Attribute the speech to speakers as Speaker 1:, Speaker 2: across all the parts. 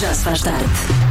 Speaker 1: Já se faz tarde.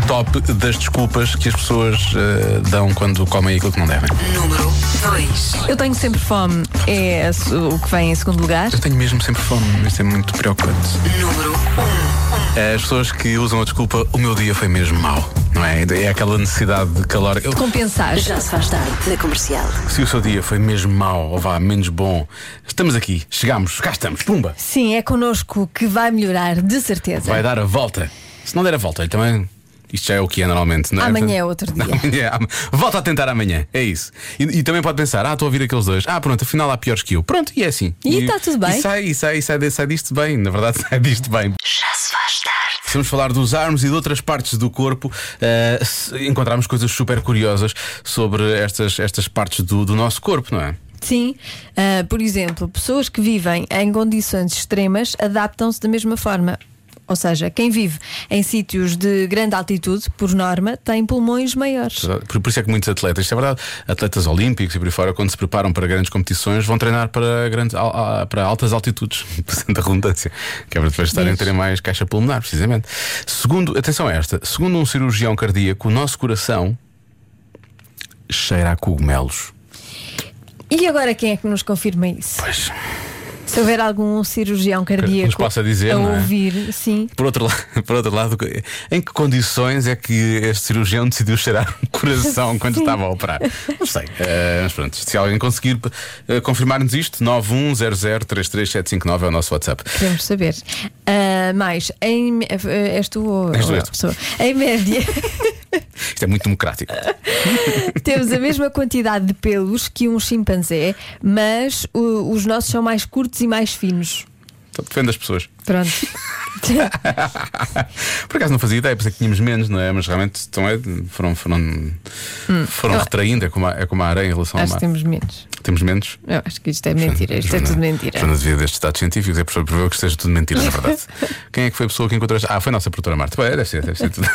Speaker 2: top das desculpas que as pessoas eh, dão quando comem aquilo que não devem.
Speaker 1: Número 2.
Speaker 3: Eu tenho sempre fome, é a se- o que vem em segundo lugar.
Speaker 2: Eu tenho mesmo sempre fome, isso é muito preocupante. Eh,
Speaker 1: Número um.
Speaker 2: As pessoas que usam a desculpa, o meu dia foi mesmo mau, não é? É aquela necessidade de calor. Eu-
Speaker 3: Compensar.
Speaker 1: 1. Já se faz tarde. Na comercial.
Speaker 2: se o seu dia foi mesmo mau, ou vá, menos bom, estamos aqui, chegamos, cá estamos, pumba!
Speaker 3: Sim, é connosco que vai melhorar, de certeza.
Speaker 2: Vai dar a volta. Se não der a volta, olha, também. Isto já é o que é normalmente, não é?
Speaker 3: Amanhã é outro dia.
Speaker 2: Amanhã, am- volta a tentar amanhã, é isso. E, e também pode pensar, ah, estou a ouvir aqueles dois. Ah, pronto, afinal há piores que eu. Pronto, e é assim.
Speaker 3: E está tudo bem.
Speaker 2: E sai, e sai, e sai, sai disto bem, na verdade sai disto bem.
Speaker 1: Já se faz tarde.
Speaker 2: Se vamos falar dos armos e de outras partes do corpo, eh, se- encontramos coisas super curiosas sobre estas, estas partes do, do nosso corpo, não é?
Speaker 3: Sim, ah, por exemplo, pessoas que vivem em condições extremas adaptam-se da mesma forma. Ou seja, quem vive em sítios de grande altitude, por norma, tem pulmões maiores.
Speaker 2: Por, por isso é que muitos atletas, isto é verdade, atletas olímpicos e por aí fora, quando se preparam para grandes competições, vão treinar para, grandes, al- a- para altas altitudes, passando a redundância, que é para depois estarem a terem mais caixa pulmonar, precisamente. Segundo, atenção a esta, segundo um cirurgião cardíaco, o nosso coração cheira a cogumelos.
Speaker 3: E agora quem é que nos confirma isso?
Speaker 2: Pois.
Speaker 3: Se houver algum cirurgião
Speaker 2: Que nos
Speaker 3: cardíaco
Speaker 2: possa dizer,
Speaker 3: a
Speaker 2: não é?
Speaker 3: ouvir, sim.
Speaker 2: Por outro, lado, por outro lado, em que condições é que este cirurgião decidiu cheirar o coração quando estava a operar? Não sei. Eh, mas pronto, se alguém conseguir eh, confirmar-nos isto, 910033759 é o nosso WhatsApp.
Speaker 3: Queremos saber. Ah, mais, em, eh, és tu ou,
Speaker 2: És tu,
Speaker 3: ou
Speaker 2: és
Speaker 3: a
Speaker 2: tu.
Speaker 3: pessoa? Em média,
Speaker 2: Isto é muito democrático.
Speaker 3: temos a mesma quantidade de pelos que um chimpanzé, mas o- os nossos são mais curtos e mais finos.
Speaker 2: Então, Depende das pessoas.
Speaker 3: Pronto.
Speaker 2: Por acaso não fazia ideia, pensei que tínhamos menos, não é? Mas realmente então é, foram, foram, foram retraindo, é como, a, é como a areia em relação
Speaker 3: Hum. acho
Speaker 2: ao
Speaker 3: que
Speaker 2: mar.
Speaker 3: temos menos.
Speaker 2: Temos menos.
Speaker 3: Eu acho que isto é mentira, isto é tudo mentira.
Speaker 2: Joana devia destes dados científicos, é possível provável que esteja tudo mentira, na verdade. Quem é que foi a pessoa que encontrou esta? Ah, foi a nossa produtora Marta. Bem, deve ser, deve ser tudo.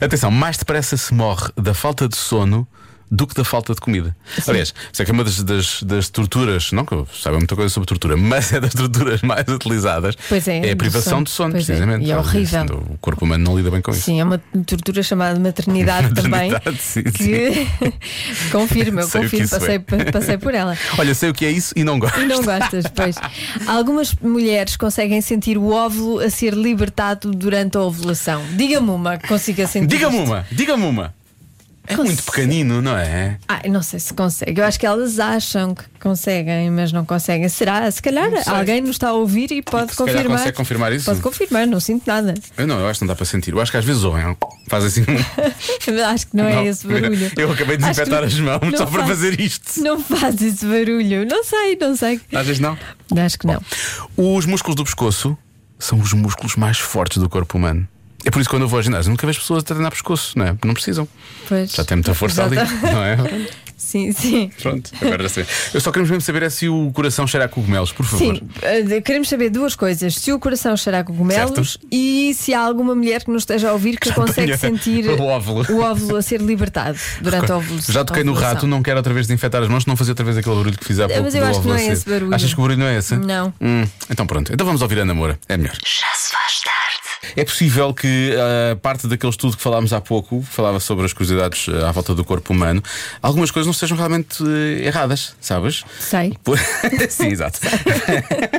Speaker 2: Atenção, mais depressa se morre da falta de sono do que da falta de comida. Aliás, sei que é uma das, das, das torturas, não que eu saiba muita coisa sobre tortura, mas é das torturas mais utilizadas.
Speaker 3: Pois é,
Speaker 2: é a
Speaker 3: do
Speaker 2: privação
Speaker 3: sono.
Speaker 2: de sono,
Speaker 3: Pois é,
Speaker 2: precisamente.
Speaker 3: e é horrível.
Speaker 2: O corpo humano não lida bem com isso.
Speaker 3: Sim, é uma tortura chamada maternidade, também.
Speaker 2: Maternidade, sim,
Speaker 3: que confirma, eu
Speaker 2: Sei o que
Speaker 3: confirmo,
Speaker 2: isso é.
Speaker 3: passei, pa- passei por ela.
Speaker 2: Olha, sei o que é isso e não gosto.
Speaker 3: E não gostas, pois. Algumas mulheres conseguem sentir o óvulo a ser libertado durante a ovulação. Diga-me uma que consiga sentir.
Speaker 2: Diga-me
Speaker 3: isto.
Speaker 2: uma, diga-me uma. É
Speaker 3: Conse-
Speaker 2: muito pequenino, não é?
Speaker 3: Ah, eu não sei se consegue. Eu acho que elas acham que conseguem, mas não conseguem. Será? Se calhar
Speaker 2: sei.
Speaker 3: alguém nos está a ouvir e pode
Speaker 2: Se calhar
Speaker 3: confirmar.
Speaker 2: consegue confirmar isso?
Speaker 3: Pode confirmar, não sinto nada.
Speaker 2: Eu não, eu acho que não dá para sentir. Eu acho que às vezes ouvem. Faz assim.
Speaker 3: acho que não,
Speaker 2: Não,
Speaker 3: é esse barulho.
Speaker 2: Eu acabei de
Speaker 3: Acho que
Speaker 2: desinfetar as mãos
Speaker 3: não
Speaker 2: só para
Speaker 3: faz-
Speaker 2: fazer isto.
Speaker 3: Não faz esse barulho. Não sei, não sei.
Speaker 2: Às vezes não.
Speaker 3: Acho que não.
Speaker 2: Os músculos do pescoço são os músculos mais fortes do corpo humano. É por isso que quando eu vou ao ginásio, nunca vejo pessoas a treinar pescoço, não é? Não precisam.
Speaker 3: Pois.
Speaker 2: Já tem muita força ali,
Speaker 3: Exato.
Speaker 2: não é?
Speaker 3: tá- Sim, sim.
Speaker 2: Pronto, agora já sei. Eu só queremos mesmo saber é se o coração cheira a cogumelos, por favor.
Speaker 3: Sim, eh, queremos saber duas coisas: se o coração cheira a cogumelos
Speaker 2: Certo.
Speaker 3: e se há alguma mulher que nos esteja a ouvir que
Speaker 2: Já
Speaker 3: consegue
Speaker 2: tenha
Speaker 3: sentir
Speaker 2: o óvulo.
Speaker 3: o óvulo a ser libertado durante a ovulação.
Speaker 2: Já toquei no
Speaker 3: ovulação.
Speaker 2: rato, não quero outra vez desinfetar as mãos, não fazer outra vez aquele barulho que fiz há pouco.
Speaker 3: mas eu
Speaker 2: do
Speaker 3: acho que não é
Speaker 2: óvulo a
Speaker 3: esse
Speaker 2: ser.
Speaker 3: barulho.
Speaker 2: Achas que o barulho não é esse?
Speaker 3: Não.
Speaker 2: Hum, então pronto, então vamos ouvir a namora. É melhor.
Speaker 1: Já se faz tarde.
Speaker 2: É possível que ah, parte daquele estudo que falámos há pouco, que falava sobre as curiosidades ah, à volta do corpo humano, algumas coisas não sejam realmente eh, erradas, sabes?
Speaker 3: Sei.
Speaker 2: Por- Sim, exato.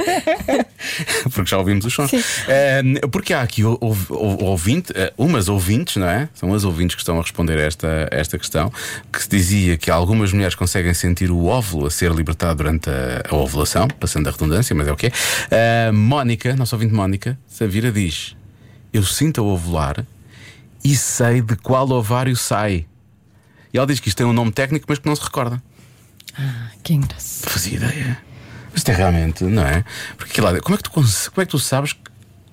Speaker 2: porque já ouvimos os sons.
Speaker 3: Sim.
Speaker 2: Eh, porque há aqui ou- ou- ou- ouvinte, eh, umas ouvintes, não é? São as ouvintes que estão a responder a esta, esta questão, que se dizia que algumas mulheres conseguem sentir o óvulo a ser libertado durante a, a ovulação, passando a redundância, mas é o que é. Eh, Mónica, nossa ouvinte Mónica, Savira diz: Eu sinto a ovular e sei de qual ovário sai. E ela diz que isto tem um nome técnico, mas que não se recorda.
Speaker 3: Que engraçado.
Speaker 2: Fazia ideia. Mas isto é realmente, não é? Porque aquilo lá, como é que tu, cons- como é que tu sabes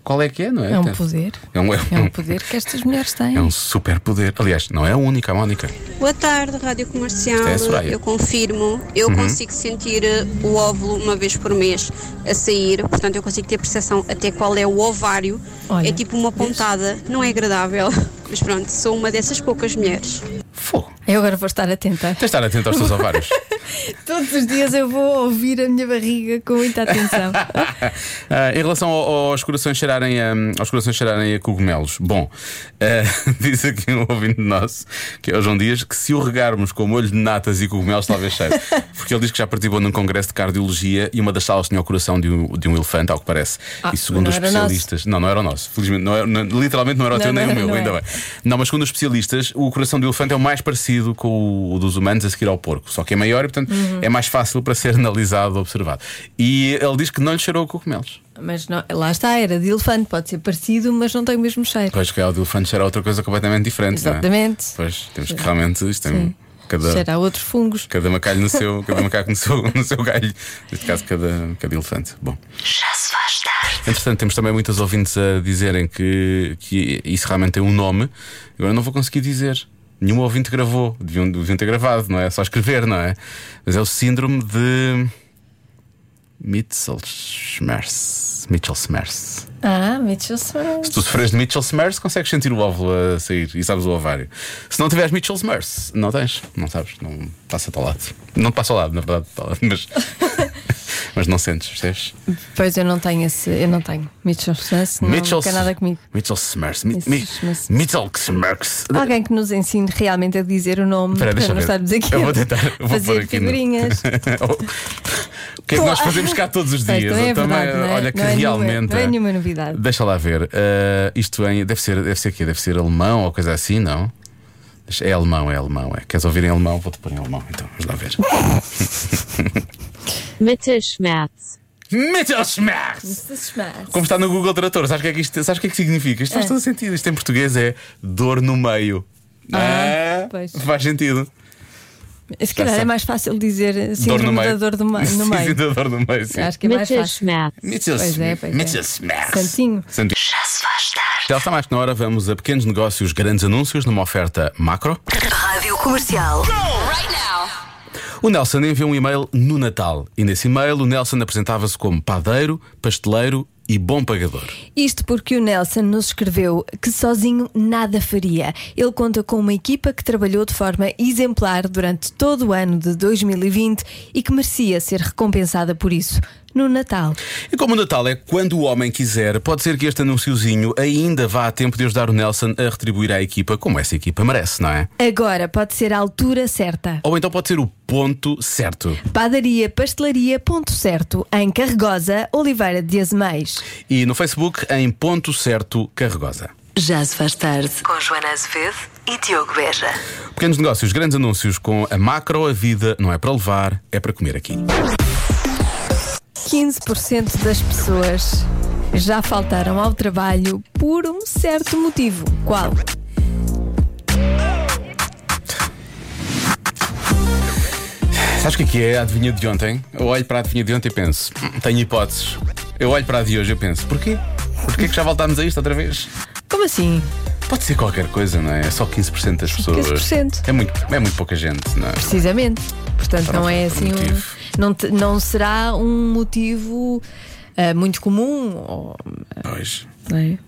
Speaker 2: qual é que é, não é?
Speaker 3: É um poder.
Speaker 2: É um, é
Speaker 3: É um
Speaker 2: um-
Speaker 3: poder que estas mulheres têm.
Speaker 2: é um superpoder. Aliás, não é a única, a Mónica.
Speaker 4: Boa tarde, Rádio Comercial.
Speaker 2: Isto é a Soraya. Uhum.
Speaker 4: eu confirmo, eu consigo sentir eh, o óvulo uma vez por mês a sair, portanto eu consigo ter percepção até qual é o ovário.
Speaker 3: Olha,
Speaker 4: é tipo uma pontada, não é agradável, mas pronto, sou uma dessas poucas mulheres.
Speaker 2: Fogo.
Speaker 3: Eu agora vou estar atenta.
Speaker 2: Tens de estar atento aos teus ovários.
Speaker 3: Todos os dias eu vou ouvir a minha barriga com muita atenção.
Speaker 2: Ah, em relação ao- aos corações cheirarem a, aos corações cheirarem a cogumelos, bom, ah, diz aqui um ouvinte nosso, que é o João Dias, que se o regarmos com molho de natas e cogumelos, talvez cheire. Porque ele diz que já participou num congresso de cardiologia e uma das salas tinha o coração de um, de um elefante, ao que parece.
Speaker 3: Ah,
Speaker 2: e segundo
Speaker 3: não
Speaker 2: os
Speaker 3: era
Speaker 2: especialistas. Não, não era o nosso. Felizmente, não era- não- literalmente não era o
Speaker 3: Não,
Speaker 2: teu nem
Speaker 3: não,
Speaker 2: o meu,
Speaker 3: não
Speaker 2: ainda
Speaker 3: é.
Speaker 2: bem. Não, mas segundo os especialistas, o coração do elefante é o mais parecido com o dos humanos a seguir ao porco. Só que é maior e, portanto,
Speaker 3: Uhum.
Speaker 2: é mais fácil para ser analisado, observado. E ele diz que não lhe cheirou cogumelos.
Speaker 3: Mas não- lá está, era de elefante, pode ser parecido, mas não tem o mesmo cheiro.
Speaker 2: Pois que é o do elefante cheira a outra coisa completamente diferente. não é?
Speaker 3: Exatamente.
Speaker 2: Pois, temos que realmente. Isto tem cada,
Speaker 3: Cheira a outros fungos.
Speaker 2: cada macalho no seu, cada macaco no seu, no seu galho. Neste caso, cada, cada elefante. Bom.
Speaker 1: Já se faz tarde.
Speaker 2: Entretanto, temos também muitas ouvintes a dizerem que, que isso realmente tem um nome. Agora não vou conseguir dizer. Nenhum ouvinte gravou. Deviam, deviam ter gravado, não é? Só escrever, não é? Mas é o síndrome de. Mitchell-Smers. Mitchell-Smers.
Speaker 3: Ah, Mitchell Smith.
Speaker 2: Se tu sofres de Mitchell-Smers, consegues sentir o óvulo a sair e sabes o ovário. Se não tiveres Mitchell-Smers, não tens. Não sabes. Não passa-te ao lado. Não te passa ao lado, na verdade, ao lado, mas. mas não sentes, percebes?
Speaker 3: Pois eu não tenho esse, eu não tenho. Mitchell Smith não
Speaker 2: Mitchell
Speaker 3: quer nada comigo.
Speaker 2: Mitchell Smers.
Speaker 3: Isso, Ah. Smers.
Speaker 2: Mitchell Smers.
Speaker 3: Alguém que nos ensine realmente a dizer o nome
Speaker 2: Espera,
Speaker 3: para
Speaker 2: deixa
Speaker 3: não
Speaker 2: eu ver.
Speaker 3: estarmos aqui
Speaker 2: Eu
Speaker 3: a
Speaker 2: vou tentar. eu Vou pôr
Speaker 3: fazer
Speaker 2: aqui no-
Speaker 3: figurinhas.
Speaker 2: Oh. o que é que nós fazemos cá todos os
Speaker 3: Pois,
Speaker 2: dias?
Speaker 3: também é
Speaker 2: Eu também,
Speaker 3: verdade, não é?
Speaker 2: Olha que
Speaker 3: Não é nenhuma-
Speaker 2: realmente.
Speaker 3: não é nenhuma novidade.
Speaker 2: Deixa lá ver. eh, isto em, deve ser, deve ser quê? Deve ser alemão ou coisa assim, não? Deixa- É alemão, é alemão. É. Queres ouvir em alemão? Vou-te pôr em alemão. Então, vamos lá ver.
Speaker 5: Mittelschmerz.
Speaker 2: Mitchell Smers. Como está no Google Trator, sabes o que é que isto, sabes o que, é que significa? Isto faz
Speaker 3: É.
Speaker 2: todo sentido. Isto em português é dor no meio.
Speaker 3: Ah, pois.
Speaker 2: faz sentido.
Speaker 3: Se calhar
Speaker 2: sabe.
Speaker 3: é mais fácil dizer síndrome da dor do ma- no
Speaker 2: Sim,
Speaker 3: meio.
Speaker 2: síndrome da dor no meio, sim.
Speaker 3: Acho que é mais fácil.
Speaker 5: Mittelschmerz.
Speaker 2: Mitchell
Speaker 3: Pois é,
Speaker 2: Smith.
Speaker 3: pois é.
Speaker 2: Mitchell Smith.
Speaker 3: Santinho.
Speaker 2: Santinho.
Speaker 1: Já se faz tarde.
Speaker 2: Já está mais que na hora, vamos a pequenos negócios, grandes anúncios numa oferta macro.
Speaker 1: Rádio Comercial. Right now.
Speaker 2: O Nelson enviou um e-mail no Natal e nesse e-mail o Nelson apresentava-se como padeiro, pasteleiro e bom pagador.
Speaker 3: Isto porque o Nelson nos escreveu que sozinho nada faria. Ele conta com uma equipa que trabalhou de forma exemplar durante todo o ano de 2020 e que merecia ser recompensada por isso no Natal.
Speaker 2: E como o Natal é quando o homem quiser, pode ser que este anunciozinho ainda vá a tempo de ajudar o Nelson a retribuir à equipa como essa equipa merece, não é?
Speaker 3: Agora pode ser a altura certa.
Speaker 2: Ou então pode ser o ponto certo.
Speaker 3: Padaria Pastelaria Ponto Certo, em Carregosa, Oliveira de Azeméis.
Speaker 2: E no Facebook em Ponto Certo Carregosa.
Speaker 1: Já se faz tarde. Com Joana Azevedo e Diogo Beja.
Speaker 2: Pequenos negócios, grandes anúncios com a macro, a vida não é para levar, é para comer aqui.
Speaker 3: 15% das pessoas já faltaram ao trabalho por um certo motivo. Qual?
Speaker 2: Sabes o que é que é a adivinha de ontem? Eu olho para a adivinha de ontem e penso, "Hum, tenho hipóteses. Eu olho para a de hoje e penso, porquê? Porquê que já voltámos a isto outra vez?
Speaker 3: Como assim?
Speaker 2: Pode ser qualquer coisa, não é? É só 15% das pessoas.
Speaker 3: 15%.
Speaker 2: É muito, é muito pouca gente, não é?
Speaker 3: Precisamente. Portanto, não é assim um.
Speaker 2: motivo.
Speaker 3: Não, te- não será um motivo ah, muito comum ou
Speaker 2: Pois,
Speaker 3: não é?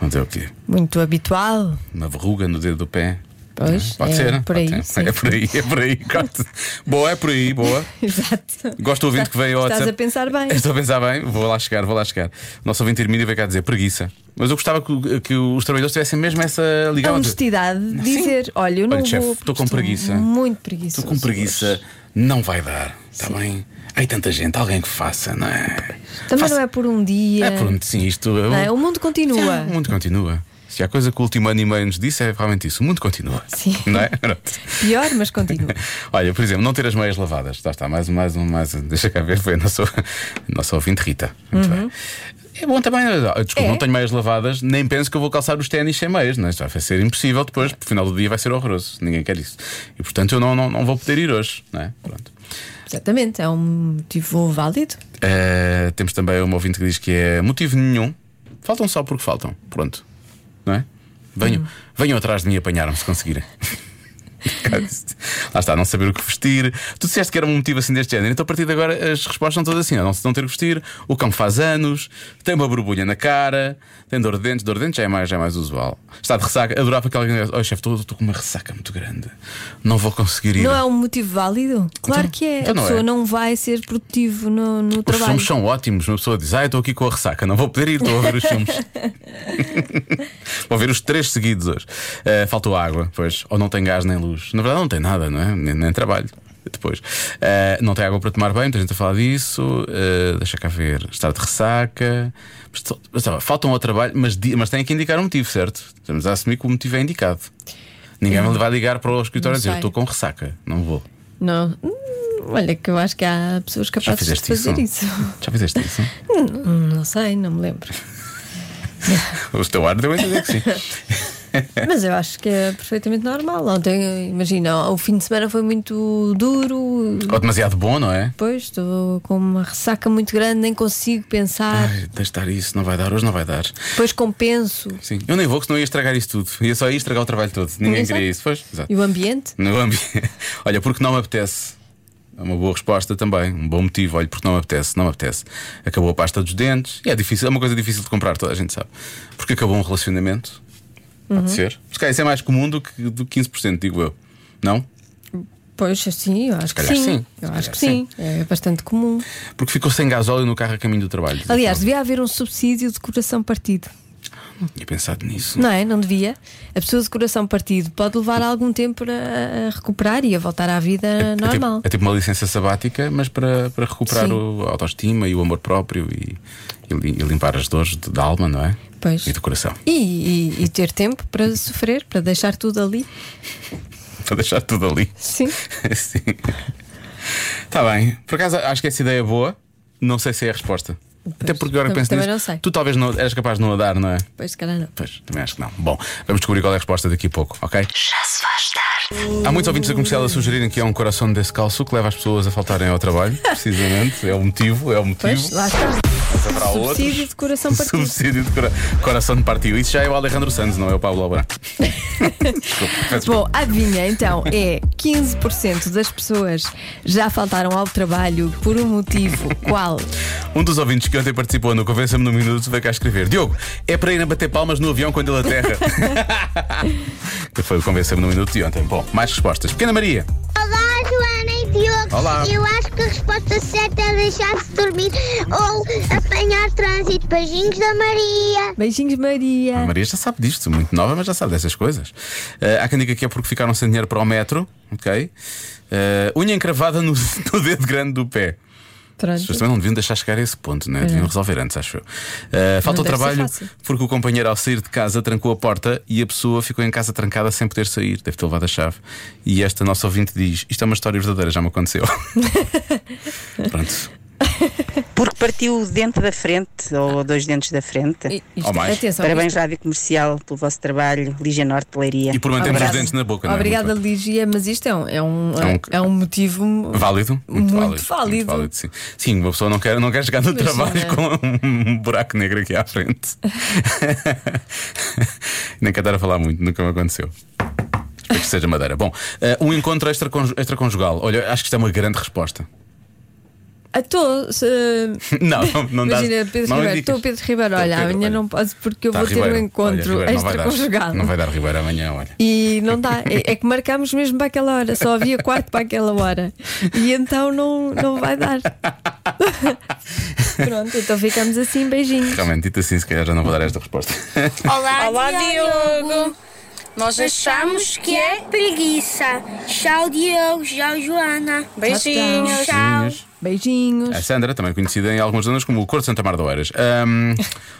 Speaker 2: vamos dizer o quê?
Speaker 3: muito habitual.
Speaker 2: Uma verruga no dedo do pé.
Speaker 3: Pois,
Speaker 2: Pode
Speaker 3: é
Speaker 2: ser,
Speaker 3: por
Speaker 2: pode
Speaker 3: aí,
Speaker 2: ser.
Speaker 3: sim.
Speaker 2: É por aí, é por aí. Gosto. boa, é por aí, boa.
Speaker 3: Exato.
Speaker 2: Gosto do ouvinte que veio ao
Speaker 3: Estás
Speaker 2: WhatsApp.
Speaker 3: a pensar bem.
Speaker 2: Eu Estou a pensar bem, vou lá chegar, vou lá chegar. O nosso ouvinte Hermínio veio cá dizer preguiça. Mas eu gostava que, que os trabalhadores tivessem mesmo essa
Speaker 3: A
Speaker 2: ligação. Estou
Speaker 3: honestidade de dizer: olha, eu não
Speaker 2: Olha, chefe,
Speaker 3: vou.
Speaker 2: estou
Speaker 3: porque
Speaker 2: com preguiça.
Speaker 3: Muito preguiça.
Speaker 2: com preguiça, não vai dar, está bem? Há tanta gente, alguém que faça, não é?
Speaker 3: Também
Speaker 2: Faça-
Speaker 3: não é por um dia.
Speaker 2: É pronto, sim, isto.
Speaker 3: não é? O mundo continua.
Speaker 2: O mundo continua. Se há coisa que o último ano e meio nos disse, é realmente isso. O mundo continua.
Speaker 3: Sim.
Speaker 2: Não é? Pronto.
Speaker 3: Pior, mas continua.
Speaker 2: Olha, por exemplo, não ter as meias lavadas. Lá está, mais um, mais um, mais um. Deixa cá ver, foi a nossa, a nossa ouvinte Rita. Muito bem. É bom também. ah, Desculpa,
Speaker 3: É.
Speaker 2: não tenho meias lavadas, nem penso que eu vou calçar os ténis sem meias, não é? Isto vai ser impossível depois, porque o final do dia vai ser horroroso. Ninguém quer isso. E portanto eu não, não, não vou poder ir hoje, não é? Pronto.
Speaker 3: Exatamente, é um motivo válido.
Speaker 2: Eh, temos também uma ouvinte que diz que é motivo nenhum. Faltam só porque faltam. Pronto. Não é? Venham, venham atrás de mim apanhar-me se conseguirem. Lá está, não saber o que vestir. Tu disseste que era um motivo assim deste género, então a partir de agora as respostas são todas assim: ó, não se não ter que vestir, o cão faz anos, tem uma borbulha na cara, tem dor de dentes, dor de dentes já é mais, já é mais usual. Está de ressaca, adorava que alguém dissesse: oh, chefe, estou com uma ressaca muito grande, não vou conseguir ir.
Speaker 3: Não é um motivo válido? Claro
Speaker 2: Então-
Speaker 3: que é.
Speaker 2: então
Speaker 3: a
Speaker 2: não
Speaker 3: pessoa
Speaker 2: é.
Speaker 3: não vai ser produtivo no, no
Speaker 2: Os
Speaker 3: trabalho.
Speaker 2: filmes são ótimos, uma pessoa diz: Ah, eu estou aqui com a ressaca, não vou poder ir, estou a ver os filmes. vou ver os três seguidos hoje. Eh, faltou água, pois, ou não tem gás nem luz. Na verdade, não tem nada, não é? Nem, nem trabalho. Depois, Eh, não tem água para tomar bem, muita gente a falar disso. eh, deixa cá ver, estar de ressaca. Mas to- mas, sabe, faltam ao trabalho, mas, di- mas tem que indicar um motivo, certo? Estamos a assumir que o motivo é indicado. Ninguém vai ligar para o escritório e
Speaker 3: Não
Speaker 2: dizer: Eu
Speaker 3: sei.
Speaker 2: estou com ressaca, não vou.
Speaker 3: Não. Hum, Olha, que eu acho que há pessoas
Speaker 2: Já
Speaker 3: capazes de
Speaker 2: fizeste
Speaker 3: fazer
Speaker 2: isso?
Speaker 3: isso.
Speaker 2: Já fizeste isso?
Speaker 3: Hum, Não sei, não me lembro.
Speaker 2: o teu ar deu a entender que sim.
Speaker 3: Mas eu acho que é perfeitamente normal. Ontem, imagina, o fim de semana foi muito duro.
Speaker 2: Ou demasiado bom, não é?
Speaker 3: Depois estou com uma ressaca muito grande, nem consigo pensar.
Speaker 2: Ai, deixa estar isso, não vai dar, hoje não vai dar.
Speaker 3: Depois compenso.
Speaker 2: Sim, eu nem vou, que senão ia estragar isso tudo. Ia só ia estragar o trabalho todo. Ninguém
Speaker 3: Exato.
Speaker 2: queria isso, pois? Exato.
Speaker 3: E o ambiente?
Speaker 2: No ambiente. Olha, porque não me apetece. É uma boa resposta também, um bom motivo. Olha, porque não me apetece, não me apetece. Acabou a pasta dos dentes. E é difícil, é uma coisa difícil de comprar, toda a gente sabe. Porque acabou um relacionamento.
Speaker 3: Uhum.
Speaker 2: Pode ser. Se calhar isso é mais comum do que do que 15%, digo eu. Não?
Speaker 3: Pois assim, eu acho que
Speaker 2: calhar
Speaker 3: sim.
Speaker 2: sim.
Speaker 3: Eu
Speaker 2: Se
Speaker 3: acho
Speaker 2: calhar
Speaker 3: que sim. É bastante comum.
Speaker 2: Porque ficou sem gasóleo no carro a caminho do trabalho.
Speaker 3: Aliás, devia haver um subsídio de coração partido.
Speaker 2: Não tinha pensado nisso.
Speaker 3: Não é? Não devia? A pessoa de coração partido pode levar algum tempo a, a recuperar e a voltar à vida
Speaker 2: É tipo-
Speaker 3: normal.
Speaker 2: É tipo, uma licença sabática, mas para, para recuperar
Speaker 3: Sim.
Speaker 2: o- a autoestima e o amor próprio e, e li- e limpar as dores de- da alma, não é?
Speaker 3: Pois.
Speaker 2: E do coração.
Speaker 3: E, e- e ter tempo para sofrer, para deixar tudo ali.
Speaker 2: Para deixar tudo ali.
Speaker 3: Sim.
Speaker 2: Sim. Está bem. Por acaso, acho que essa ideia é boa. Não sei se é a resposta. Até porque agora que
Speaker 3: Também-
Speaker 2: penso
Speaker 3: também
Speaker 2: nisso,
Speaker 3: não sei.
Speaker 2: Tu talvez não eras capaz de não a dar, não é?
Speaker 3: Pois, se calhar não.
Speaker 2: Pois, também acho que não. Bom, vamos descobrir qual é a resposta daqui a pouco, ok?
Speaker 1: Já se faz tarde.
Speaker 2: Há muitos ouvintes da comercial a sugerirem que é um coração descalço que leva as pessoas a faltarem ao trabalho, precisamente. É o motivo, é o motivo.
Speaker 3: Pois, lá está.
Speaker 2: Haverá outros.
Speaker 3: Subsídio de coração partido.
Speaker 2: Subsídio de cora- coração de partido. Isso já é o Alejandro Santos, não é o Pablo Alborán. Desculpa, peço desculpa.
Speaker 3: Bom, a vinha então é 15% das pessoas já faltaram ao trabalho por um motivo. Qual?
Speaker 2: Um dos ouvintes que ontem participou no Convença-me no Minuto veio cá escrever: Diogo, é para ir a bater palmas no avião quando ele aterra. Foi o Convença-me no Minuto de ontem. Bom, mais respostas. Pequena Maria.
Speaker 5: Olá, Joana e Diogo.
Speaker 2: Olá.
Speaker 5: Eu acho que a resposta certa é deixar-se dormir ou apanhar trânsito. Beijinhos da Maria.
Speaker 3: Beijinhos,
Speaker 2: A
Speaker 3: Maria.
Speaker 2: Maria já sabe disto, muito nova, mas já sabe dessas coisas. Ah, há quem diga que é porque ficaram sem dinheiro para o metro, ok? Ah, unha encravada no- no dedo grande do pé. As pessoas
Speaker 3: Pronto.
Speaker 2: também não deviam deixar chegar a esse ponto, né? deviam resolver antes, acho eu. Uh, falta o
Speaker 3: deve ser
Speaker 2: trabalho
Speaker 3: fácil.
Speaker 2: porque o companheiro, ao sair de casa, trancou a porta e a pessoa ficou em casa trancada sem poder sair. Deve ter levado a chave. E esta nossa ouvinte diz: Isto é uma história verdadeira, já me aconteceu. Pronto.
Speaker 6: Porque partiu o dente da frente, ou dois dentes da frente.
Speaker 3: E- então,
Speaker 2: Ou mais.
Speaker 3: atenção.
Speaker 6: Parabéns, Rádio Comercial, pelo vosso trabalho. Lígia Norte, Leiria.
Speaker 2: E por mantermos os
Speaker 3: Obrigada.
Speaker 2: dentes na boca, não é?
Speaker 3: Obrigada,
Speaker 2: Muito
Speaker 3: Lígia, mas isto é um, é um,
Speaker 2: É um-
Speaker 3: é um motivo.
Speaker 2: bem. Válido?
Speaker 3: Muito
Speaker 2: Muito
Speaker 3: válido.
Speaker 2: válido sim. sim, uma pessoa não quer, não quer chegar no
Speaker 3: Imagina.
Speaker 2: trabalho com um buraco negro aqui à frente. Nem quero estar a falar muito, nunca me aconteceu. Espero que seja madeira. Bom, eh, um encontro extraconju- extraconjugal. Olha, acho que isto é uma grande resposta.
Speaker 3: A todos.
Speaker 2: Não, não, não dá.
Speaker 3: Imagina, Pedro
Speaker 2: não
Speaker 3: Ribeiro.
Speaker 2: indicas.
Speaker 3: Estou, Pedro Ribeiro. Olha,
Speaker 2: Pedro,
Speaker 3: amanhã
Speaker 2: olha.
Speaker 3: não posso porque eu
Speaker 2: Tá,
Speaker 3: vou ter
Speaker 2: Ribeiro.
Speaker 3: um
Speaker 2: Olha,
Speaker 3: encontro
Speaker 2: Ribeiro, não vai dar.
Speaker 3: extraconjugal.
Speaker 2: Não vai dar Ribeiro amanhã, olha.
Speaker 3: E não dá, é, é que marcámos mesmo para aquela hora, só havia quarto para aquela hora. E então não, não vai dar. Pronto, então ficamos assim, beijinhos.
Speaker 2: Realmente, dito assim, se calhar já não vou dar esta resposta.
Speaker 7: Olá,
Speaker 8: Olá,
Speaker 7: Diogo.
Speaker 8: Diogo.
Speaker 7: Nós achamos que é.
Speaker 8: preguiça. Tchau, Diogo. Tchau, Joana.
Speaker 7: Beijinhos.
Speaker 2: Beijinhos.
Speaker 3: Beijinhos.
Speaker 2: A Sandra, também conhecida em algumas zonas como o Corte de Santa Mar de Oeiras. Ahm,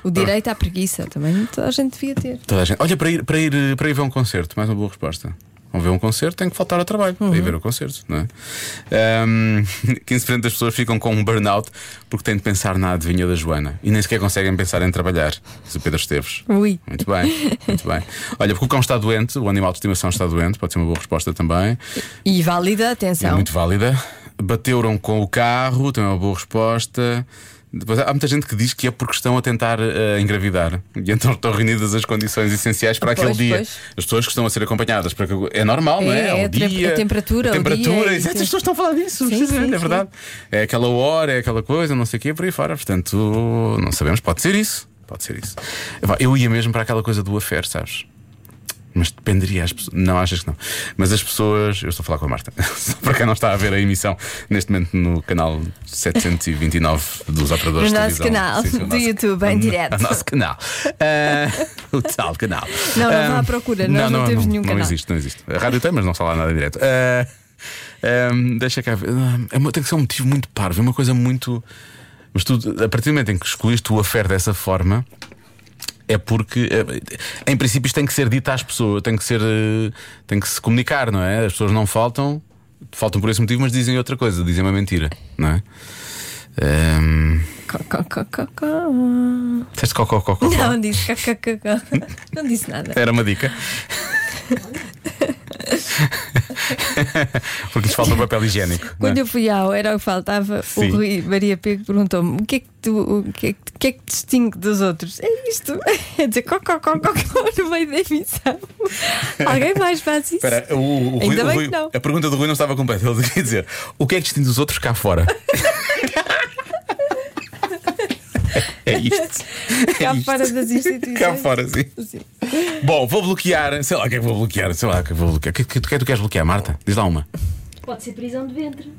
Speaker 3: O direito à preguiça também toda a gente devia ter.
Speaker 2: toda a gente- Olha, para ir, para, ir, eh, para ir ver um concerto, mais uma boa resposta. Vão ver um concerto, tem que faltar ao trabalho para ir ver o concerto, não é? Ahm, 15% das pessoas ficam com um burnout porque têm de pensar na adivinha da Joana e nem sequer conseguem pensar em trabalhar, diz o Pedro Esteves.
Speaker 3: Ui.
Speaker 2: Muito bem, muito bem. Olha, porque o cão está doente, o animal de estimação está doente, pode ser uma boa resposta também.
Speaker 3: E válida,
Speaker 2: É
Speaker 3: atenção.
Speaker 2: muito válida. Bateram com o carro, também é uma boa resposta. Depois, há muita gente que diz que é porque estão a tentar eh, engravidar e então estão reunidas as condições essenciais para
Speaker 3: Pois,
Speaker 2: aquele dia.
Speaker 3: pois.
Speaker 2: As pessoas que estão a ser acompanhadas, para que- é normal, não é?
Speaker 3: É,
Speaker 2: o
Speaker 3: é a tem-
Speaker 2: dia,
Speaker 3: a temperatura,
Speaker 2: a
Speaker 3: o dia,
Speaker 2: temperatura.
Speaker 3: isso.
Speaker 2: As pessoas estão a falar disso,
Speaker 3: Sim,
Speaker 2: precisamente,
Speaker 3: sim,
Speaker 2: é verdade. É aquela hora, é aquela coisa, não sei o quê, por aí fora. Portanto, não sabemos, pode ser isso. Pode ser isso. Vá, Eu ia mesmo para aquela coisa do affair, sabes? Mas dependeria as pessoas. Não, achas que não. Mas as pessoas. Eu estou a falar com a Marta. Só para quem não está a ver a emissão neste momento no canal 729 dos operadores
Speaker 3: No
Speaker 2: de
Speaker 3: nosso
Speaker 2: televisão.
Speaker 3: canal
Speaker 2: Sim, sim, o
Speaker 3: do YouTube, em
Speaker 2: o no-
Speaker 3: direto.
Speaker 2: O nosso canal. Ah, o tal canal.
Speaker 3: Não, não
Speaker 2: Ah,
Speaker 3: vá à procura, nós não temos nenhum
Speaker 2: não
Speaker 3: canal.
Speaker 2: existe, não existe. A rádio tem, mas não está lá nada em direto. Ah, ah, deixa cá ver. Ah, é uma- tem que ser um motivo muito parvo, é uma coisa muito. Mas tu, a partir do momento em que escolheste o affair dessa forma, é porque, eh, em princípio, isto tem que ser dito às pessoas, tem que ser, eh, tem que se comunicar, não é? As pessoas não faltam, faltam por esse motivo, mas dizem outra coisa, dizem uma mentira, não é? Ehm,
Speaker 3: Co- co- co- co- co.
Speaker 2: Disseste cocó, cocó, cocó.
Speaker 3: Não disse co- co- co- co. Não disse nada.
Speaker 2: Era uma dica. Porque lhes falta papel higiênico. não é?
Speaker 3: Quando eu fui ao Era o que Faltava,
Speaker 2: Sim.
Speaker 3: o Rui Maria Pego perguntou-me o que é que tu o que é que, o que é que te distingue dos outros? É isto, é dizer cocó, cocó, cocó no meio da emissão. Alguém mais faz isso?
Speaker 2: Espera, o, o Rui-
Speaker 3: Ainda
Speaker 2: o
Speaker 3: bem
Speaker 2: Rui-
Speaker 3: que não.
Speaker 2: a pergunta do Rui não estava completa. Ele queria dizer: o que é que distingue dos outros cá fora? é isto.
Speaker 3: Cá
Speaker 2: é isto.
Speaker 3: fora das instituições.
Speaker 2: Cá fora, sim.
Speaker 3: Sim.
Speaker 2: Bom, vou bloquear, sei lá o que é que vou bloquear, sei lá o que é que vou bloquear. O que, que, que é que tu queres bloquear, Marta? Diz lá uma. Oh.
Speaker 9: Pode ser prisão de ventre.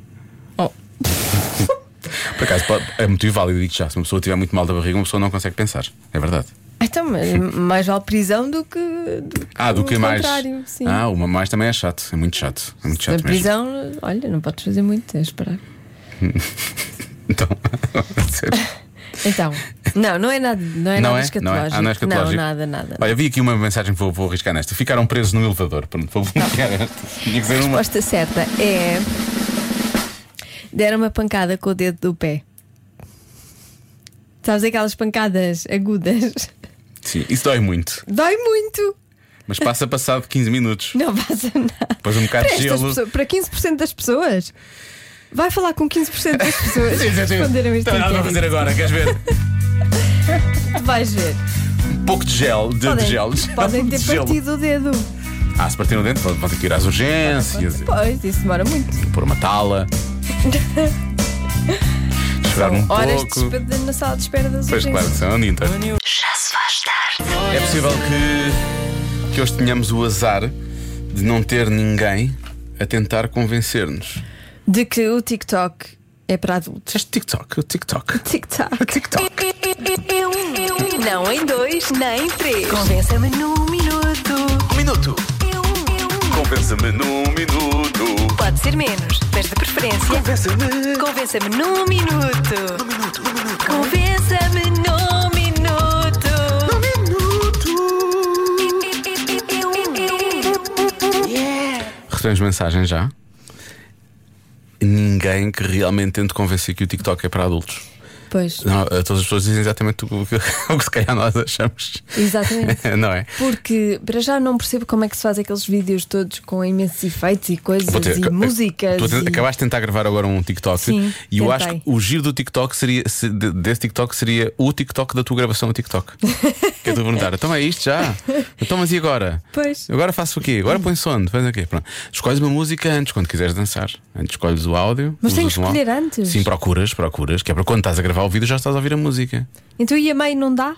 Speaker 2: Por acaso, pode- é muito válido, digo já. Se uma pessoa estiver muito mal da barriga, uma pessoa não consegue pensar. É verdade.
Speaker 3: Então, mas mais vale prisão do que. Do
Speaker 2: Ah, do que
Speaker 3: o
Speaker 2: mais?
Speaker 3: contrário, sim.
Speaker 2: Ah, uma mais também é chato. É muito chato. É muito chato
Speaker 3: Na
Speaker 2: mesmo.
Speaker 3: prisão, olha, não podes fazer muito, é esperar.
Speaker 2: Então,
Speaker 3: Então, não, não é nada, não
Speaker 2: Não é?
Speaker 3: é nada
Speaker 2: Não é?
Speaker 3: escatológico.
Speaker 2: Ah, não é escatológico.
Speaker 3: Não, nada, nada.
Speaker 2: Olha, vi aqui uma mensagem que vou, vou arriscar nesta. Ficaram presos no elevador. Pronto, vou bloquear esta. Tinha que dizer
Speaker 3: A
Speaker 2: uma.
Speaker 3: resposta certa é. Deram uma pancada com o dedo do pé. Sabes aquelas pancadas agudas?
Speaker 2: Sim, isso dói muito.
Speaker 3: Dói muito!
Speaker 2: Mas passa passado 15 minutos.
Speaker 3: Não passa nada.
Speaker 2: Depois um bocado
Speaker 3: Para,
Speaker 2: de
Speaker 3: estas
Speaker 2: gelo.
Speaker 3: pessoas- para 15% das pessoas. Vai falar com 15% das pessoas
Speaker 2: Sim,
Speaker 3: que
Speaker 2: sim, sim.
Speaker 3: responderam este
Speaker 2: Então, nada para fazer
Speaker 3: inquérito.
Speaker 2: agora, queres ver?
Speaker 3: Vais ver.
Speaker 2: Pouco de gel, de, de
Speaker 3: Podem,
Speaker 2: gel. de
Speaker 3: podem
Speaker 2: gel,
Speaker 3: ter
Speaker 2: de gelo.
Speaker 3: partido o dedo.
Speaker 2: Ah, se partiram o dente, vão vão ter que ir às urgências,
Speaker 3: Pois, isso demora muito.
Speaker 2: pôr uma tala. Esperar um
Speaker 3: Horas de
Speaker 2: pouco.
Speaker 3: espera na sala de espera das
Speaker 2: Pois claro,
Speaker 3: urgências.
Speaker 2: que são onde então.
Speaker 1: Já se faz tarde.
Speaker 2: É possível que, que hoje tenhamos o azar de não ter ninguém a tentar convencer-nos.
Speaker 3: De que o TikTok é para adultos.
Speaker 2: Dizeste TikTok, o TikTok.
Speaker 3: TikTok.
Speaker 2: TikTok.
Speaker 3: Não em dois, nem em três.
Speaker 1: Convença-me num minuto.
Speaker 2: Um minuto.
Speaker 1: Eu, eu.
Speaker 2: Compensa-me num minuto.
Speaker 1: Pode ser menos, mas de preferência.
Speaker 2: Compensa-me.
Speaker 1: Convença-me num minuto. Num minuto, num minuto. Convença-me num minuto. Num minuto.
Speaker 2: Recebemos mensagem já. Ninguém que realmente tente convencer que o TikTok é para adultos.
Speaker 3: Pois,
Speaker 2: Não, eh, todas as pessoas dizem exatamente o que, o que se calhar nós achamos.
Speaker 3: exatamente.
Speaker 2: não é?
Speaker 3: Porque para já não percebo como é que se faz aqueles vídeos todos com imensos efeitos e coisas
Speaker 2: Vou dizer,
Speaker 3: e
Speaker 2: ac-
Speaker 3: músicas.
Speaker 2: tu até-
Speaker 3: e-
Speaker 2: acabaste de tentar gravar agora um TikTok
Speaker 3: Sim,
Speaker 2: e eu
Speaker 3: tentei.
Speaker 2: acho que o giro do TikTok seria se- de- desse TikTok seria o TikTok da tua gravação do TikTok. que eu estou a perguntar, então é isto já? Então, mas e agora?
Speaker 3: Pois.
Speaker 2: Agora faço o quê? Agora põe som, faz o quê? Pronto. Escolhes uma música antes, quando quiseres dançar. Antes escolhes o áudio.
Speaker 3: Mas tem
Speaker 2: usas
Speaker 3: que
Speaker 2: um áudio.
Speaker 3: escolher antes.
Speaker 2: Sim, procuras, procuras, que é para quando estás a gravar o vídeo já estás a ouvir a música.
Speaker 3: Então e a meio não dá?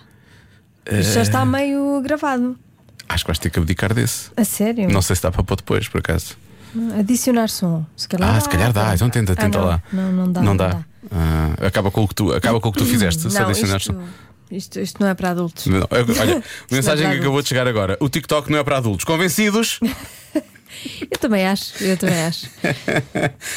Speaker 3: Já
Speaker 2: Eh.
Speaker 3: está meio gravado.
Speaker 2: Acho que vais ter que abdicar desse.
Speaker 3: A sério?
Speaker 2: Não sei se dá para pôr depois, por acaso.
Speaker 3: Adicionar som. Se calhar
Speaker 2: Ah,
Speaker 3: dá,
Speaker 2: se calhar dá,
Speaker 3: pronto.
Speaker 2: então tenta,
Speaker 3: Ah,
Speaker 2: tenta
Speaker 3: não.
Speaker 2: lá.
Speaker 3: Não, não dá.
Speaker 2: Não dá. Ah, acaba, com o que tu, acaba com o que tu fizeste, se
Speaker 3: Não,
Speaker 2: adicionares.
Speaker 3: isto, isto, isto não é para adultos. é
Speaker 2: Não, eu- olha, mensagem que
Speaker 3: adultos.
Speaker 2: acabou de chegar agora. O TikTok não é para adultos. Convencidos?
Speaker 3: Eu também acho, eu também acho.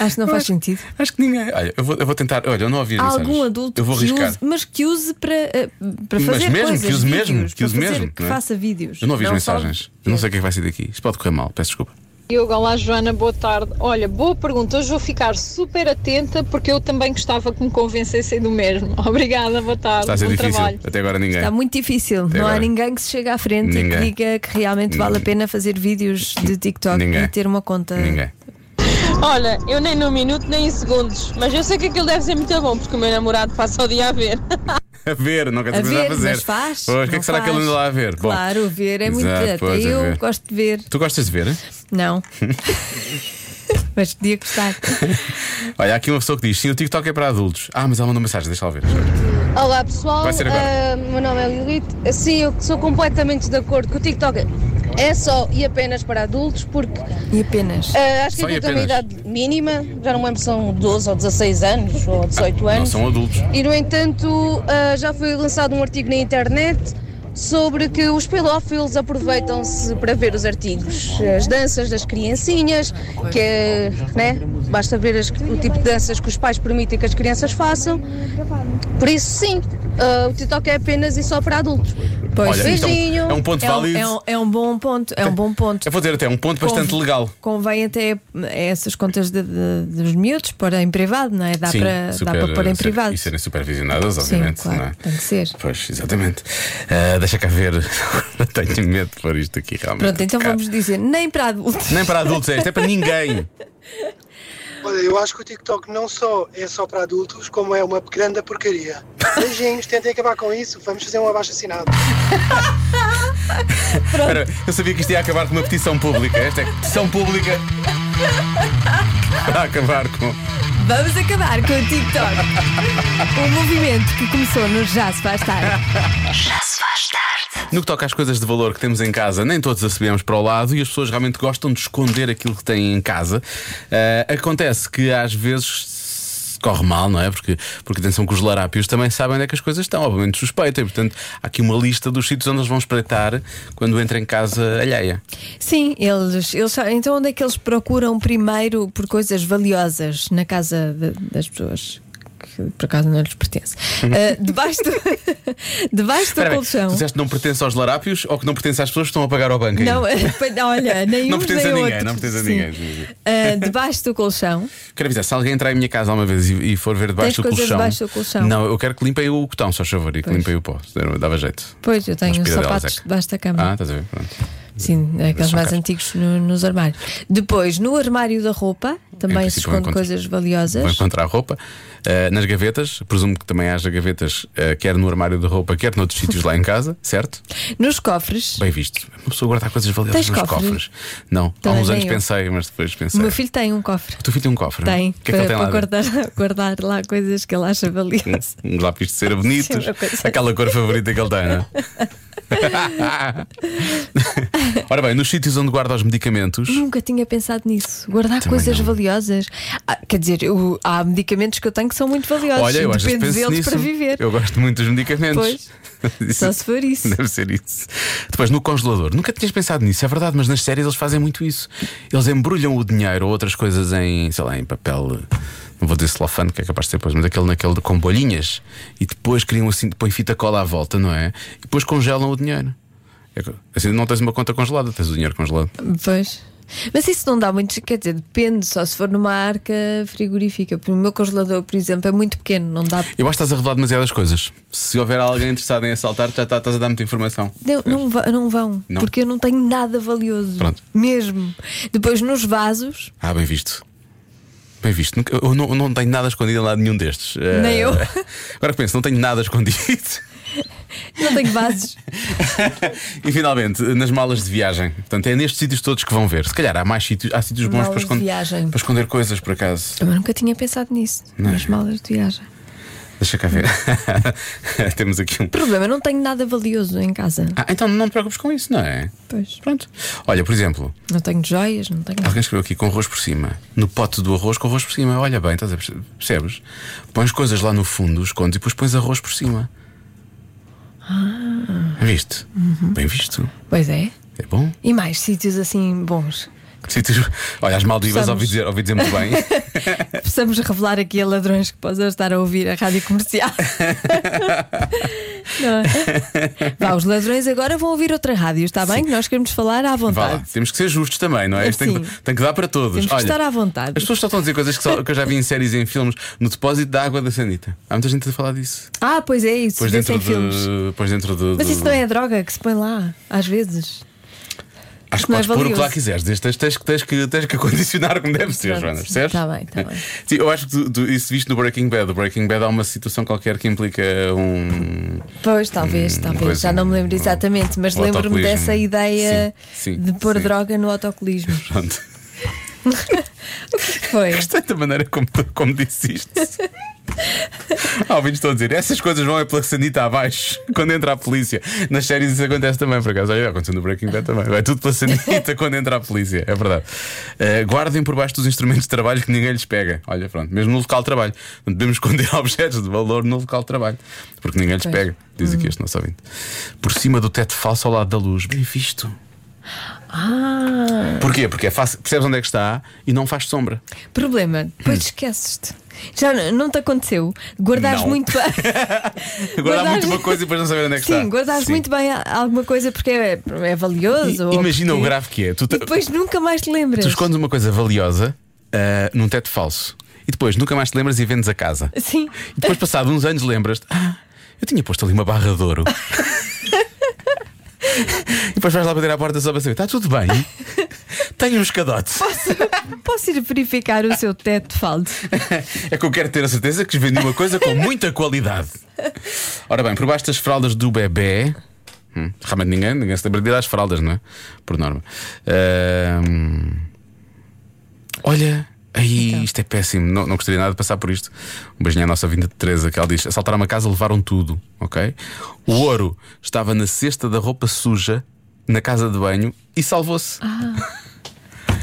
Speaker 3: acho que não faz sentido.
Speaker 2: Acho que ninguém. Olha, eu vou, eu vou tentar. Olha, eu não ouvi as
Speaker 3: Há
Speaker 2: mensagens.
Speaker 3: algum adulto
Speaker 2: Eu vou
Speaker 3: que
Speaker 2: arriscar.
Speaker 3: use, mas que use para, eh, para
Speaker 2: Mas
Speaker 3: fazer
Speaker 2: mesmo,
Speaker 3: coisas,
Speaker 2: que use
Speaker 3: vídeos,
Speaker 2: mesmo, que
Speaker 3: para
Speaker 2: use
Speaker 3: fazer-
Speaker 2: mesmo,
Speaker 3: que
Speaker 2: não é?
Speaker 3: faça vídeos.
Speaker 2: Eu não ouvi as
Speaker 3: só-
Speaker 2: mensagens. Eu não sei o que é que vai sair daqui. Isto pode correr mal, peço desculpa.
Speaker 10: Diogo, olá Joana, boa tarde. Olha, boa pergunta, hoje vou ficar super atenta porque eu também gostava que me convencessem do mesmo. Obrigada, boa tarde,
Speaker 2: Está a ser
Speaker 10: bom
Speaker 2: difícil.
Speaker 10: trabalho.
Speaker 2: Até agora ninguém.
Speaker 3: Está Tá muito difícil. não há
Speaker 2: agora.
Speaker 3: ninguém que se chegue à frente
Speaker 2: Ninguém.
Speaker 3: e que diga que realmente vale a
Speaker 2: Ninguém.
Speaker 3: pena fazer vídeos de TikTok
Speaker 2: Ninguém.
Speaker 3: e ter uma conta.
Speaker 2: Ninguém.
Speaker 10: Olha, eu nem num minuto nem em segundos, mas eu sei que aquilo deve ser muito bom, porque o meu namorado passa o dia a ver.
Speaker 2: A ver, não quer
Speaker 3: A
Speaker 2: saber nada
Speaker 3: ver,
Speaker 2: a fazer.
Speaker 3: mas faz.
Speaker 2: Pois, o que é
Speaker 3: não
Speaker 2: que será que ele
Speaker 3: faz.
Speaker 2: anda lá a ver? Bom,
Speaker 3: Claro, ver é muito.
Speaker 2: exato,
Speaker 3: até
Speaker 2: pois, a
Speaker 3: eu
Speaker 2: ver.
Speaker 3: gosto de ver.
Speaker 2: Tu gostas de ver? hein?
Speaker 3: Não. Mas podia gostar.
Speaker 2: Olha, há aqui uma pessoa que diz: sim, o TikTok é para adultos. Ah, mas ela mandou mensagem, deixa lá ver. deixa lá ver.
Speaker 10: Olá pessoal,
Speaker 2: Vai ser agora.
Speaker 10: Ah, meu nome é Lilith. Sim, eu sou completamente de acordo que o TikTok é só e apenas para adultos, porque
Speaker 3: E apenas.
Speaker 10: ah, acho que
Speaker 2: Só e
Speaker 10: aquilo tem uma
Speaker 2: apenas.
Speaker 10: idade mínima, já não me lembro se são 12 ou 16 anos ou 18
Speaker 2: Não
Speaker 10: anos.
Speaker 2: são adultos.
Speaker 10: E no entanto, ah, já foi lançado um artigo na internet sobre que os pedófilos aproveitam-se para ver os artigos, as danças das criancinhas, que é, né? Basta ver as- o tipo de danças que os pais permitem que as crianças façam. Por isso sim, ah, o TikTok é apenas e só para adultos.
Speaker 3: Pois.
Speaker 2: Olha, isto é um,
Speaker 10: Beijinho.
Speaker 2: é um ponto
Speaker 3: É um,
Speaker 2: válido.
Speaker 3: é, um, é um bom ponto, é um bom ponto.
Speaker 2: Eu vou dizer até um ponto bastante
Speaker 3: Conv-
Speaker 2: legal.
Speaker 3: Convém até essas contas de- de- dos miúdos pôr em privado, não é? Dá
Speaker 2: Sim,
Speaker 3: para dá
Speaker 2: super- é-
Speaker 3: para pôr em
Speaker 2: ser-
Speaker 3: privado.
Speaker 2: E serem supervisionadas,
Speaker 3: Sim,
Speaker 2: obviamente.
Speaker 3: claro,
Speaker 2: não é?
Speaker 3: tem que ser.
Speaker 2: Pois, exatamente. Ah, deixa cá ver. Tenho medo de pôr isto aqui realmente.
Speaker 3: Pronto, então
Speaker 2: Cá.
Speaker 3: vamos dizer, nem para adultos.
Speaker 2: Nem para adultos é, isto é para ninguém.
Speaker 11: Olha, eu acho que o TikTok não só é só para adultos, como é uma grande porcaria. Beijinhos, tentem acabar com isso, vamos fazer um abaixo assinado.
Speaker 2: Espera, eu sabia que isto ia acabar com uma petição pública. Esta é petição pública para acabar com.
Speaker 3: Vamos acabar com o TikTok. um movimento que começou no Já se faz tarde.
Speaker 1: Já se faz tarde.
Speaker 2: No que toca às coisas de valor que temos em casa, nem todos recebemos para o lado e as pessoas realmente gostam de esconder aquilo que têm em casa. Ah, acontece que às vezes se corre mal, não é? Porque, porque atenção que os larápios também sabem onde é que as coisas estão, obviamente suspeitam, e portanto há aqui uma lista dos sítios onde eles vão espreitar quando entram em casa alheia.
Speaker 3: Sim, eles, eles sabem- Então, onde é que eles procuram primeiro por coisas valiosas na casa de- das pessoas? Que por acaso não lhes pertence. Ah, debaixo do, debaixo do
Speaker 2: Uhum. Espera bem,
Speaker 3: colchão.
Speaker 2: tu disseste que não pertence aos larápios ou que não pertence às pessoas que estão a pagar ao banco?
Speaker 3: Não, é-
Speaker 2: ainda?
Speaker 3: olha, nem
Speaker 2: Não
Speaker 3: uns
Speaker 2: pertence a
Speaker 3: nem
Speaker 2: ninguém,
Speaker 3: outros.
Speaker 2: não pertence a
Speaker 3: Sim.
Speaker 2: ninguém.
Speaker 3: Ah, debaixo do colchão.
Speaker 2: Quero avisar, se alguém entrar em minha casa uma vez e, e for ver debaixo do
Speaker 3: Tens coisas
Speaker 2: colchão.
Speaker 3: debaixo do colchão?
Speaker 2: Não, eu quero que limpem o cotão, só favor, e que
Speaker 3: Pois.
Speaker 2: limpem o pó. se der- Dava jeito.
Speaker 3: Pois, eu tenho
Speaker 2: Aspira delas,
Speaker 3: sapatos
Speaker 2: é que-
Speaker 3: debaixo da cama.
Speaker 2: Ah, estás a ver? Pronto.
Speaker 3: Sim, aqueles
Speaker 2: são
Speaker 3: mais
Speaker 2: caros.
Speaker 3: antigos no- nos armários. Depois, no armário da roupa, também se
Speaker 2: princípio, vão
Speaker 3: esconde
Speaker 2: encontrar-
Speaker 3: coisas
Speaker 2: Vou
Speaker 3: valiosas.
Speaker 2: encontrar roupa. Ah, nas gavetas, presumo que também haja gavetas, ah, quer no armário de roupa, quer noutros sítios lá em casa, certo?
Speaker 3: Nos cofres,
Speaker 2: Bem visto. Uma pessoa guardar coisas valiosas
Speaker 3: Tens
Speaker 2: nos
Speaker 3: cofre?
Speaker 2: cofres. Não, há
Speaker 3: Também
Speaker 2: uns anos
Speaker 3: eu.
Speaker 2: pensei, mas depois
Speaker 3: o
Speaker 2: pensei.
Speaker 3: meu filho tem um cofre.
Speaker 2: O teu filho tem um cofre?
Speaker 3: Tem,
Speaker 2: O que é que ele tem
Speaker 3: para,
Speaker 2: lá?
Speaker 3: para
Speaker 2: dentro?
Speaker 3: guardar, guardar lá coisas que ele acha valiosas.
Speaker 2: Uns lápis de cera bonitos,
Speaker 3: Sim, uma coisa
Speaker 2: aquela cor favorita que ele tem, não é? Ora bem, nos sítios onde guarda os medicamentos,
Speaker 3: Nunca tinha pensado nisso. Guardar
Speaker 2: Também
Speaker 3: coisas
Speaker 2: não.
Speaker 3: valiosas. Ah, quer dizer, eu- há medicamentos que eu tenho que são muito valiosos.
Speaker 2: olha, eu às vezes
Speaker 3: Depende
Speaker 2: penso
Speaker 3: deles
Speaker 2: nisso.
Speaker 3: para viver.
Speaker 2: Eu gosto muito dos medicamentos. Isso-
Speaker 3: Só se for isso.
Speaker 2: Deve ser isso. Depois, no congelador, nunca tinhas pensado nisso, é verdade, mas nas séries eles fazem muito isso. Eles embrulham o dinheiro ou outras coisas em, sei lá, em papel. Não vou dizer celofane, que é capaz de ser depois, mas aquele naquele de- com bolhinhas. E depois criam assim, põem fita cola à volta, não é? E depois congelam o dinheiro. É co- Assim, não tens uma conta congelada, tens o dinheiro congelado.
Speaker 3: Pois. Mas isso não dá muito, quer dizer, depende, só se for numa arca frigorífica. O meu congelador, por exemplo, é muito pequeno, não dá.
Speaker 2: Eu acho que estás a revelar demasiadas coisas. Se houver alguém interessado em assaltar, já tá- estás a dar muita informação.
Speaker 3: Não, não, va- não vão,
Speaker 2: Não.
Speaker 3: porque eu não tenho nada valioso.
Speaker 2: Pronto.
Speaker 3: Mesmo. Depois nos vasos,
Speaker 2: Ah, bem visto. Bem visto. Nunca- Eu não, eu não tenho nada escondido em lado nenhum destes. Eh,
Speaker 3: Nem eu.
Speaker 2: Agora que penso, não tenho nada escondido.
Speaker 3: não tenho vasos.
Speaker 2: E finalmente, nas malas de viagem. Portanto, é nestes sítios todos que vão ver. Se calhar há mais sítios, há sítios bons
Speaker 3: Malas
Speaker 2: para
Speaker 3: de
Speaker 2: esconder,
Speaker 3: viagem.
Speaker 2: para esconder coisas, por acaso.
Speaker 3: Eu nunca tinha pensado nisso,
Speaker 2: é?
Speaker 3: nas malas de viagem.
Speaker 2: Deixa cá ver. Temos aqui um.
Speaker 3: Problema, não tenho nada valioso em casa.
Speaker 2: Ah, então não te preocupes com isso, não é?
Speaker 3: Pois.
Speaker 2: Pronto. Olha, por exemplo,
Speaker 3: Não tenho joias, não tenho nada.
Speaker 2: Alguém escreveu aqui com arroz por cima. No pote do arroz com arroz por cima. Olha bem, estás a perce- percebes? Pões coisas lá no fundo, escondes e depois pões arroz por cima.
Speaker 3: Ah.
Speaker 2: Viste?
Speaker 3: Uhum.
Speaker 2: Bem visto.
Speaker 3: Pois é.
Speaker 2: É bom.
Speaker 3: E mais sítios assim bons.
Speaker 2: Sítios- Olha, as Maldivas
Speaker 3: Possamos.
Speaker 2: ouvi dizer, ouvi dizer muito bem.
Speaker 3: Precisamos revelar aqui a ladrões que possam estar a ouvir a rádio comercial. Não é? Vá, os ladrões agora vão ouvir outra rádio, está bem? Que nós queremos falar
Speaker 2: Vá
Speaker 3: à
Speaker 2: lá,
Speaker 3: vontade.
Speaker 2: temos que ser justos também, não é? Isto tem, que,
Speaker 3: Sim.
Speaker 2: tem que dar para todos.
Speaker 3: Temos que
Speaker 2: Olha,
Speaker 3: estar à vontade.
Speaker 2: As pessoas só estão a dizer coisas que, só- que eu já vi em séries e em filmes no depósito da água da Sanita. Há muita gente a falar disso.
Speaker 3: Ah, pois é isso,
Speaker 2: Pois
Speaker 3: vê-se
Speaker 2: dentro,
Speaker 3: em filmes. é
Speaker 2: de, pois dentro de.
Speaker 3: Mas
Speaker 2: de-
Speaker 3: isso não é droga que se põe lá, às vezes.
Speaker 2: Acho que
Speaker 3: não é
Speaker 2: podes pôr o que lá
Speaker 3: valioso.
Speaker 2: quiseres. Tens, tens, tens, que- tens, que, tens que acondicionar como deve ser,
Speaker 3: Pronto.
Speaker 2: Joana, percebes?
Speaker 3: Tá bem, tá bem.
Speaker 2: Sim, eu acho que tu- tu- isso viste no Breaking Bad. O Breaking Bad há uma situação qualquer que implica um.
Speaker 3: Hum, Pois, talvez, talvez.
Speaker 2: coisa-
Speaker 3: Já não me lembro exatamente, mas
Speaker 2: o
Speaker 3: lembro-me
Speaker 2: autocolismo.
Speaker 3: dessa ideia
Speaker 2: Sim, sim,
Speaker 3: de pôr
Speaker 2: sim.
Speaker 3: droga no autocolismo.
Speaker 2: Pronto.
Speaker 3: Foi.
Speaker 2: Gostei da maneira como, como disse isto. Há ouvintes estão a dizer: essas coisas vão é pela sanita abaixo, quando entra a polícia. Nas séries isso acontece também, por acaso. Olha, aconteceu no Breaking Bad também. Vai tudo pela sanita quando entra a polícia, é verdade. Eh, guardem por baixo dos instrumentos de trabalho que ninguém lhes pega. Olha, pronto, mesmo no local de trabalho. Não devemos esconder objetos de valor no local de trabalho, porque ninguém lhes
Speaker 3: Pois.
Speaker 2: pega, diz aqui este nosso ouvinte. Por cima do teto falso ao lado da luz. Bem visto.
Speaker 3: Ah,
Speaker 2: Porquê? Porque é fácil, percebes onde é que está e não faz sombra.
Speaker 3: problema, depois esqueces-te. Já n- não te aconteceu? Guardares
Speaker 2: Não.
Speaker 3: muito bem.
Speaker 2: Guardar
Speaker 3: Guardar-
Speaker 2: muito uma coisa e depois não saber onde é que está.
Speaker 3: Sim, guardares
Speaker 2: Sim.
Speaker 3: muito bem a- alguma coisa porque é, é
Speaker 2: I-
Speaker 3: valioso. ou
Speaker 2: Imagina o
Speaker 3: porque-
Speaker 2: grave que é. Tu, te-
Speaker 3: E depois nunca mais te lembras.
Speaker 2: tu escondes uma coisa valiosa ah, num teto falso e depois nunca mais te lembras e vendes a casa.
Speaker 3: Sim.
Speaker 2: E depois, passado uns anos, lembras-te: ah, eu tinha posto ali uma barra de ouro. e depois vais lá bater à porta só para saber: está tudo bem? Tenho um escadote.
Speaker 3: Posso ir verificar o seu teto falso?
Speaker 2: É que eu quero ter a certeza que vendi uma coisa com muita qualidade. Ora bem, por baixo das fraldas do bebê. Hum, realmente ninguém, ninguém se lembra de ir às fraldas, não é? Por norma. Ahm, olha, aí isto é péssimo. Não, não gostaria nada de passar por isto. Um beijinho à nossa vinda de Teresa, que ela diz: assaltaram uma casa, levaram tudo, ok? O ouro estava na cesta da roupa suja, na casa de banho, e salvou-se.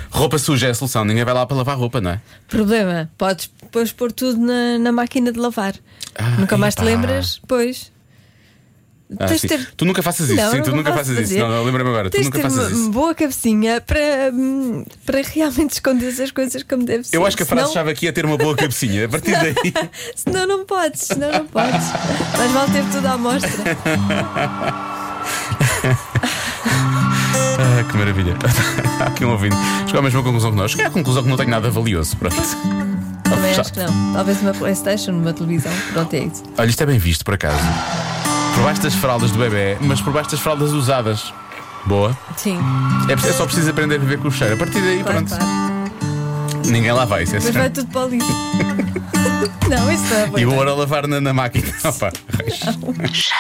Speaker 2: Roupa suja é a solução, ninguém vai lá para lavar roupa, não é?
Speaker 3: Problema, podes depois pôr tudo na, na máquina de lavar.
Speaker 2: Ah,
Speaker 3: Nunca mais te
Speaker 2: epá.
Speaker 3: lembras? Pois.
Speaker 2: Ah,
Speaker 3: Tens
Speaker 2: sim.
Speaker 3: de ter-
Speaker 2: Tu nunca faças isso,
Speaker 3: Não,
Speaker 2: sim, tu
Speaker 3: não
Speaker 2: nunca
Speaker 3: posso
Speaker 2: faças isso.
Speaker 3: fazer.
Speaker 2: Não, não, lembra-me agora, tu
Speaker 3: Tens de
Speaker 2: nunca
Speaker 3: ter
Speaker 2: faças
Speaker 3: uma
Speaker 2: isso.
Speaker 3: boa cabecinha para, hum, para realmente esconder as coisas como deve ser.
Speaker 2: Eu acho que a frase
Speaker 3: senão,
Speaker 2: chave aqui é ter uma boa cabecinha. A partir daí.
Speaker 3: senão não podes, senão não podes. Mas vale ter tudo à mostra.
Speaker 2: Ah, que maravilha. Há Aqui um ouvinte. Chegou à mesma conclusão que nós. Cheguei à conclusão que não tenho nada valioso. Pronto.
Speaker 3: Também
Speaker 2: Já.
Speaker 3: acho que não. Talvez uma Playstation, uma televisão. Pronto, é isso.
Speaker 2: Olha, isto é bem visto, por acaso. Por baixo das fraldas do bebê, mas por baixo das fraldas usadas. Boa.
Speaker 3: Sim.
Speaker 2: É, preciso- é só preciso aprender a viver com o cheiro. A partir daí,
Speaker 3: Claro,
Speaker 2: pronto.
Speaker 3: claro.
Speaker 2: Ninguém lá vai, isso é
Speaker 3: Mas vai
Speaker 2: certo.
Speaker 3: tudo para o lixo. não, isso não é
Speaker 2: E
Speaker 3: bom.
Speaker 2: o ouro a lavar na, na máquina. Opa, raios.
Speaker 1: Já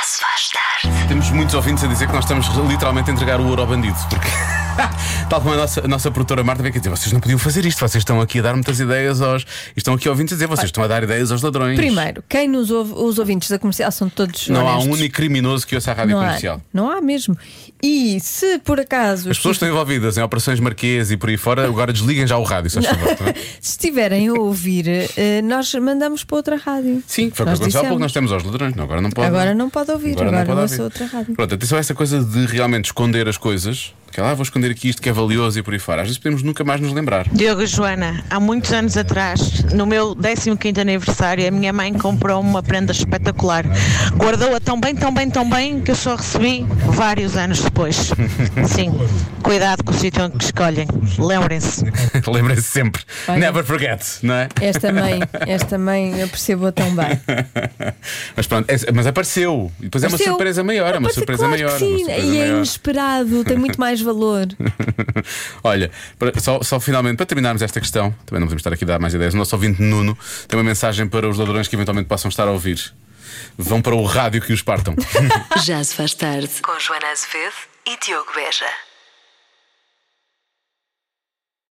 Speaker 1: se faz tarde.
Speaker 2: Temos muitos ouvintes a dizer que nós estamos literalmente a entregar o ouro ao bandido, porque. Tal como a nossa, a nossa produtora Marta veio aqui dizer, vocês não podiam fazer isto, vocês estão aqui a dar muitas ideias aos. e Estão aqui ouvintes a dizer, vocês estão a dar ideias aos ladrões.
Speaker 3: Primeiro, quem nos ouve, os ouvintes da comercial são todos
Speaker 2: Não há
Speaker 3: honestos.
Speaker 2: um único criminoso que ouça a rádio
Speaker 3: não
Speaker 2: comercial.
Speaker 3: Há, não há mesmo. E se por acaso
Speaker 2: As pessoas estão envolvidas em operações marquês e por aí fora, agora desliguem já o rádio, se faz favor. tá bem?
Speaker 3: se estiverem a ouvir, eh, nós mandamos para outra rádio.
Speaker 2: Sim, foi o que
Speaker 3: Nós
Speaker 2: aconteceu há pouco,
Speaker 3: dissemos.
Speaker 2: nós temos aos ladrões, não, agora não pode.
Speaker 3: Agora não pode ouvir, agora,
Speaker 2: não pode
Speaker 3: ouça
Speaker 2: haver.
Speaker 3: outra rádio.
Speaker 2: Pronto, atenção a essa coisa de realmente esconder as coisas, que é, ah, vou esconder aqui isto que é valioso e por aí fora. Às vezes podemos nunca mais nos lembrar.
Speaker 12: Diogo e Joana, há muitos anos atrás, no meu 15º aniversário, a minha mãe comprou uma prenda espetacular. Guardou-a tão bem, tão bem, tão bem que eu só recebi vários anos depois. Sim, cuidado com o sítio onde escolhem. Lembrem-se.
Speaker 2: Lembrem-se sempre.
Speaker 3: Olha.
Speaker 2: Never forget, não é?
Speaker 3: Esta mãe, esta mãe, eu percebo-a tão bem.
Speaker 2: mas pronto, é- mas apareceu. E depois é uma
Speaker 3: Apareceu.
Speaker 2: surpresa maior. É uma
Speaker 3: Apareceu,
Speaker 2: surpresa
Speaker 3: claro que
Speaker 2: maior.
Speaker 3: Sim,
Speaker 2: uma surpresa
Speaker 3: e é
Speaker 2: maior.
Speaker 3: inesperado, tem muito mais valor.
Speaker 2: Olha, para- só, só finalmente, para terminarmos esta questão, também não podemos estar aqui a dar mais ideias. O nosso ouvinte Nuno tem uma mensagem para os ladrões que eventualmente possam estar a ouvir. Vão para o rádio que os partam.
Speaker 1: Já se faz tarde. Com Joana Azevedo e Diogo Beja.